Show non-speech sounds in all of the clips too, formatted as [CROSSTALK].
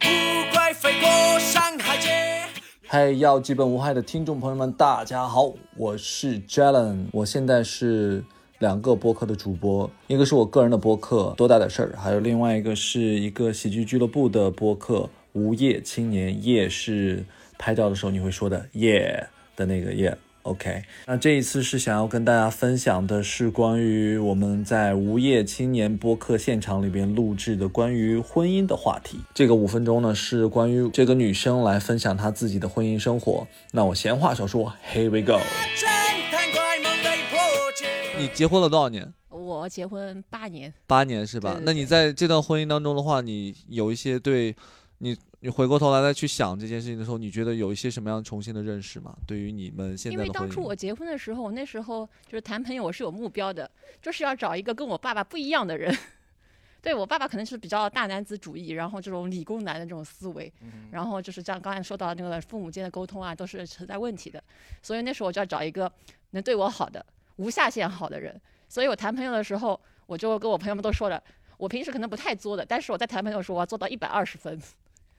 不怪飞过山海街。嗨，要基本无害的听众朋友们，大家好，我是 Jalen，我现在是两个播客的主播，一个是我个人的播客《多大点事儿》，还有另外一个是一个喜剧俱乐部的播客《无业青年》，业是拍照的时候你会说的耶的那个耶。OK，那这一次是想要跟大家分享的是关于我们在无业青年播客现场里边录制的关于婚姻的话题。这个五分钟呢是关于这个女生来分享她自己的婚姻生活。那我闲话少说，Here we go。侦探怪梦被破解。你结婚了多少年？我结婚八年，八年是吧？对对那你在这段婚姻当中的话，你有一些对你你回过头来再去想这件事情的时候，你觉得有一些什么样重新的认识吗？对于你们现因在的为婚姻，当初我结婚的时候，我那时候就是谈朋友，我是有目标的，就是要找一个跟我爸爸不一样的人。 [LAUGHS] 对我爸爸可能是比较大男子主义，然后这种理工男的这种思维，嗯然后就是像刚才说到那个父母间的沟通啊，都是存在问题的。所以那时候我就要找一个能对我好的、无下限好的人。所以我谈朋友的时候，我就跟我朋友们都说了，我平时可能不太作的，但是我在谈朋友的时候，我要做到一百二十分。 [LAUGHS]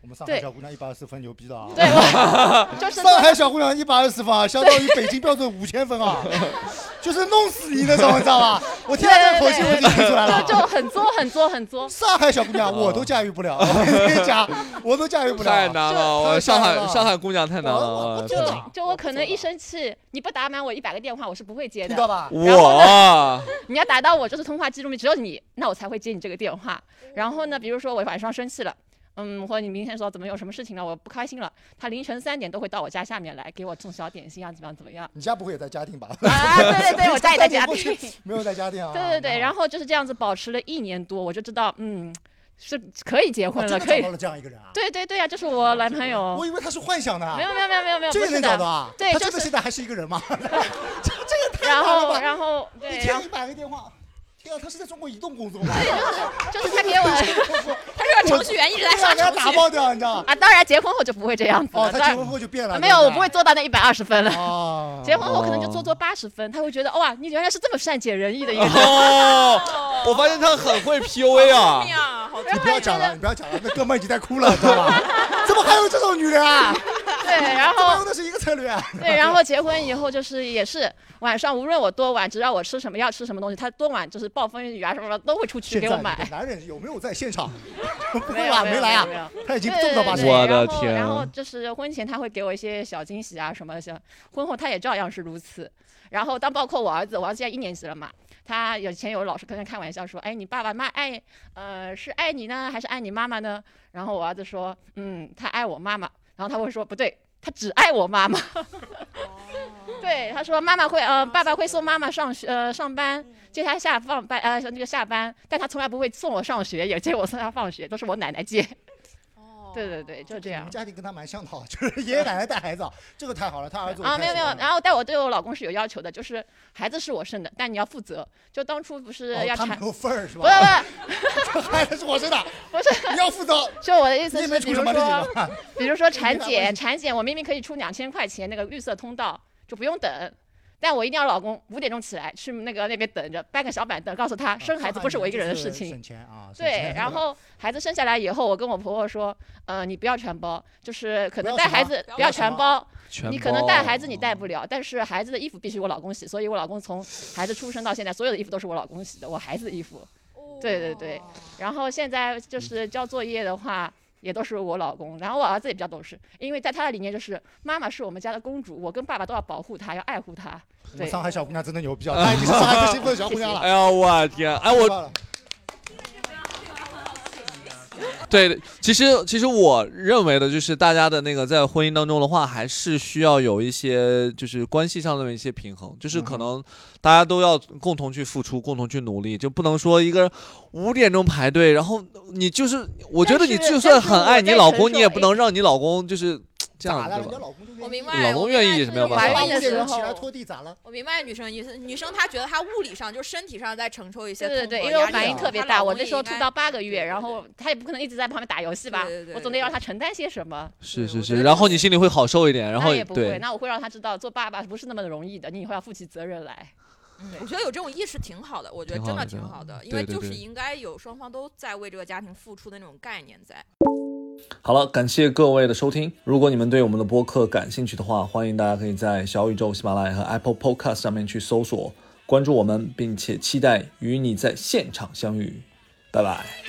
我们上对海小姑娘一百二十分牛逼的啊！对，我 [LAUGHS] 就是上海小姑娘一百二十分啊，相当于北京标准五千 [LAUGHS] 分啊，就是弄死你那种，你知道吧？我听到这个口气我就听出来就就了。啊很作很作很作。上海小姑娘我都驾驭不了，我跟 [LAUGHS] 你讲，我都驾驭不了。哦太难了，我上海太难了上海姑娘太难我了我， [LAUGHS] 就真的就我可能一生气，你不打满我一百个电话，我是不会接听到的。吧？然后 [LAUGHS] 我你要打到我，就是通话记录里只有你，那我才会接你这个电话。然后呢，比如说我晚上生气了。嗯，或者你明天说怎么有什么事情了，我不开心了，他凌晨三点都会到我家下面来给我送小点心啊，怎么样怎么样你家不会也在嘉定吧？啊？对 [LAUGHS] 对对，我家也在家里。 [LAUGHS] 没有在嘉定啊。对对对，然后后就是这样子保持了一年多，我就知道，嗯，是可以结婚真了，的可找以到。了这样一个人啊！对对对呀、这是我男朋友我。以为他是幻想的啊没，有没有没有没有没有，这不个是能找到的。啊？对他就真的是现在还是一 [LAUGHS] 个人吗？然难了后吧然后一对，然天后一百个电话，天啊，他是在中国移动工作吗？就是他给我。他是个程序 [LAUGHS] 员，一直在对啊 [LAUGHS] 刷给他程打序。爆掉，你知道？啊，当然结婚后就不会这样子了。哦，当他然结婚后就变了。啊没有，我不会做到那一百二十分了。[LAUGHS] 啊，结婚后可能就做做八十分，他会觉得哇，你原来是这么善解人意的一个 [LAUGHS] 人。哦，我发现他很会 PUA 啊哎，呀，好你不要讲了，你不要讲了，那哥们已经在哭了，知道 [LAUGHS] 吧？怎么还有这种女人啊？对， [LAUGHS] 然怎么后用的是一个策略啊？对，然后结婚以后就是也是晚上无论我多晚，只要我吃什么要吃什么东西，他多晚就是暴风雨啊什么的都会出去 [LAUGHS] 现给我在你买的。男人有没有在 [LAUGHS] 现场？不没会有吧？没有没来没有没啊？他已经中到八对十对了。我的然后天啊然后就是婚前他会给我一些小惊喜啊什么的，像婚后他也照样是如此。然后当包括我儿子，我儿子现在一年级了嘛，他以前有老师跟他开玩笑说，哎，你爸爸妈爱，呃，是爱你呢，还是爱你妈妈呢？然后我儿子说，嗯，他爱我妈妈。然后他会说，不对，他只爱我妈妈。对，他说妈妈会，呃，爸爸会送妈妈上学，呃，上班，接她下放班，呃，那个下班，但他从来不会送我上学，也接我送他放学，都是我奶奶接。对对对，就这你样们。家庭跟他蛮像的啊， [LAUGHS] 就是爷爷奶奶带孩子啊，这个太好了，他儿子我啊，太没有没有喜，欢了然后但我对我老公是有要求的，就是孩子是我生的，但你要负责。就当初不是哦要他产，没有份儿是不是吧？不 [LAUGHS] 孩子是我生的， [LAUGHS] 是不是，你要负责。就我的意你思也是，没比出如什么力说吧？比如说产没啥关检，系产检我明明可以出两千块钱那个绿色通道，就不用等。但我一定要老公五点钟起来去那个那边等着，搬个小板凳，告诉哦他生孩子不是我一个人的事情。 [LAUGHS] 省钱啊，省对钱，然后孩子生下来以后，我跟我婆婆说，呃，你不要全包，就是可能不要带什么孩子不不要要什全么包，全 [LAUGHS] 你可能带孩子你包啊带不了，但是孩子的衣服必须我老公洗，所以我老公从孩子出生到现在，所有的衣服都是我老公洗的，我孩子的衣服。对对对，然后现在嗯就是交作业的话，也都是我老公。然后我儿子也比较懂事，因为在他的理念就是妈妈是我们家的公主，我跟爸爸都要保护她，要爱护她。对，上海小姑娘真的牛逼啊！她已经是上海最幸福的小姑娘了哎。呀，我天！哎， [LAUGHS] 我我对，其实其实我认为的就是大家的那个在婚姻当中的话，还是需要有一些就是关系上的一些平衡，就是可嗯能大家都要共同去付出，共同去努力，就不能说一个人五点钟排队，然后你就是，我觉得但是你就但算是很我爱在你老承公，你受也不哎能让你老公就是这样咋了？对人家吧？老公就愿意我明老白，公我愿意明白什么样办就是法怀怀孕孕的的时时候候，起来拖地咋了？我明白女生意思，女生她觉得她物理上就是身体上在承受一些对对对，痛苦因为和我压力反应嘛特别她大，老我公那也时候应出该到八个月，对对然后他也不可能一直在旁边打游戏吧，对对对我总得让他承担些什么。是对是我是，觉得然后你心里会好受一点，然后那也不会，对，那我会让他知道做爸爸不是那么容易的，你以后要负起责任来。嗯我觉得有这种意识挺好的，我觉得挺好真的的挺挺好好的的，因为对对就是对应该有双方都在为这个家庭付出的那种概念在。好了，感谢各位的收听。如果你们对我们的播客感兴趣的话，欢迎大家可以在小宇宙、喜马拉雅和 Apple Podcast 上面去搜索关注我们，并且期待与你在现场相遇。拜拜。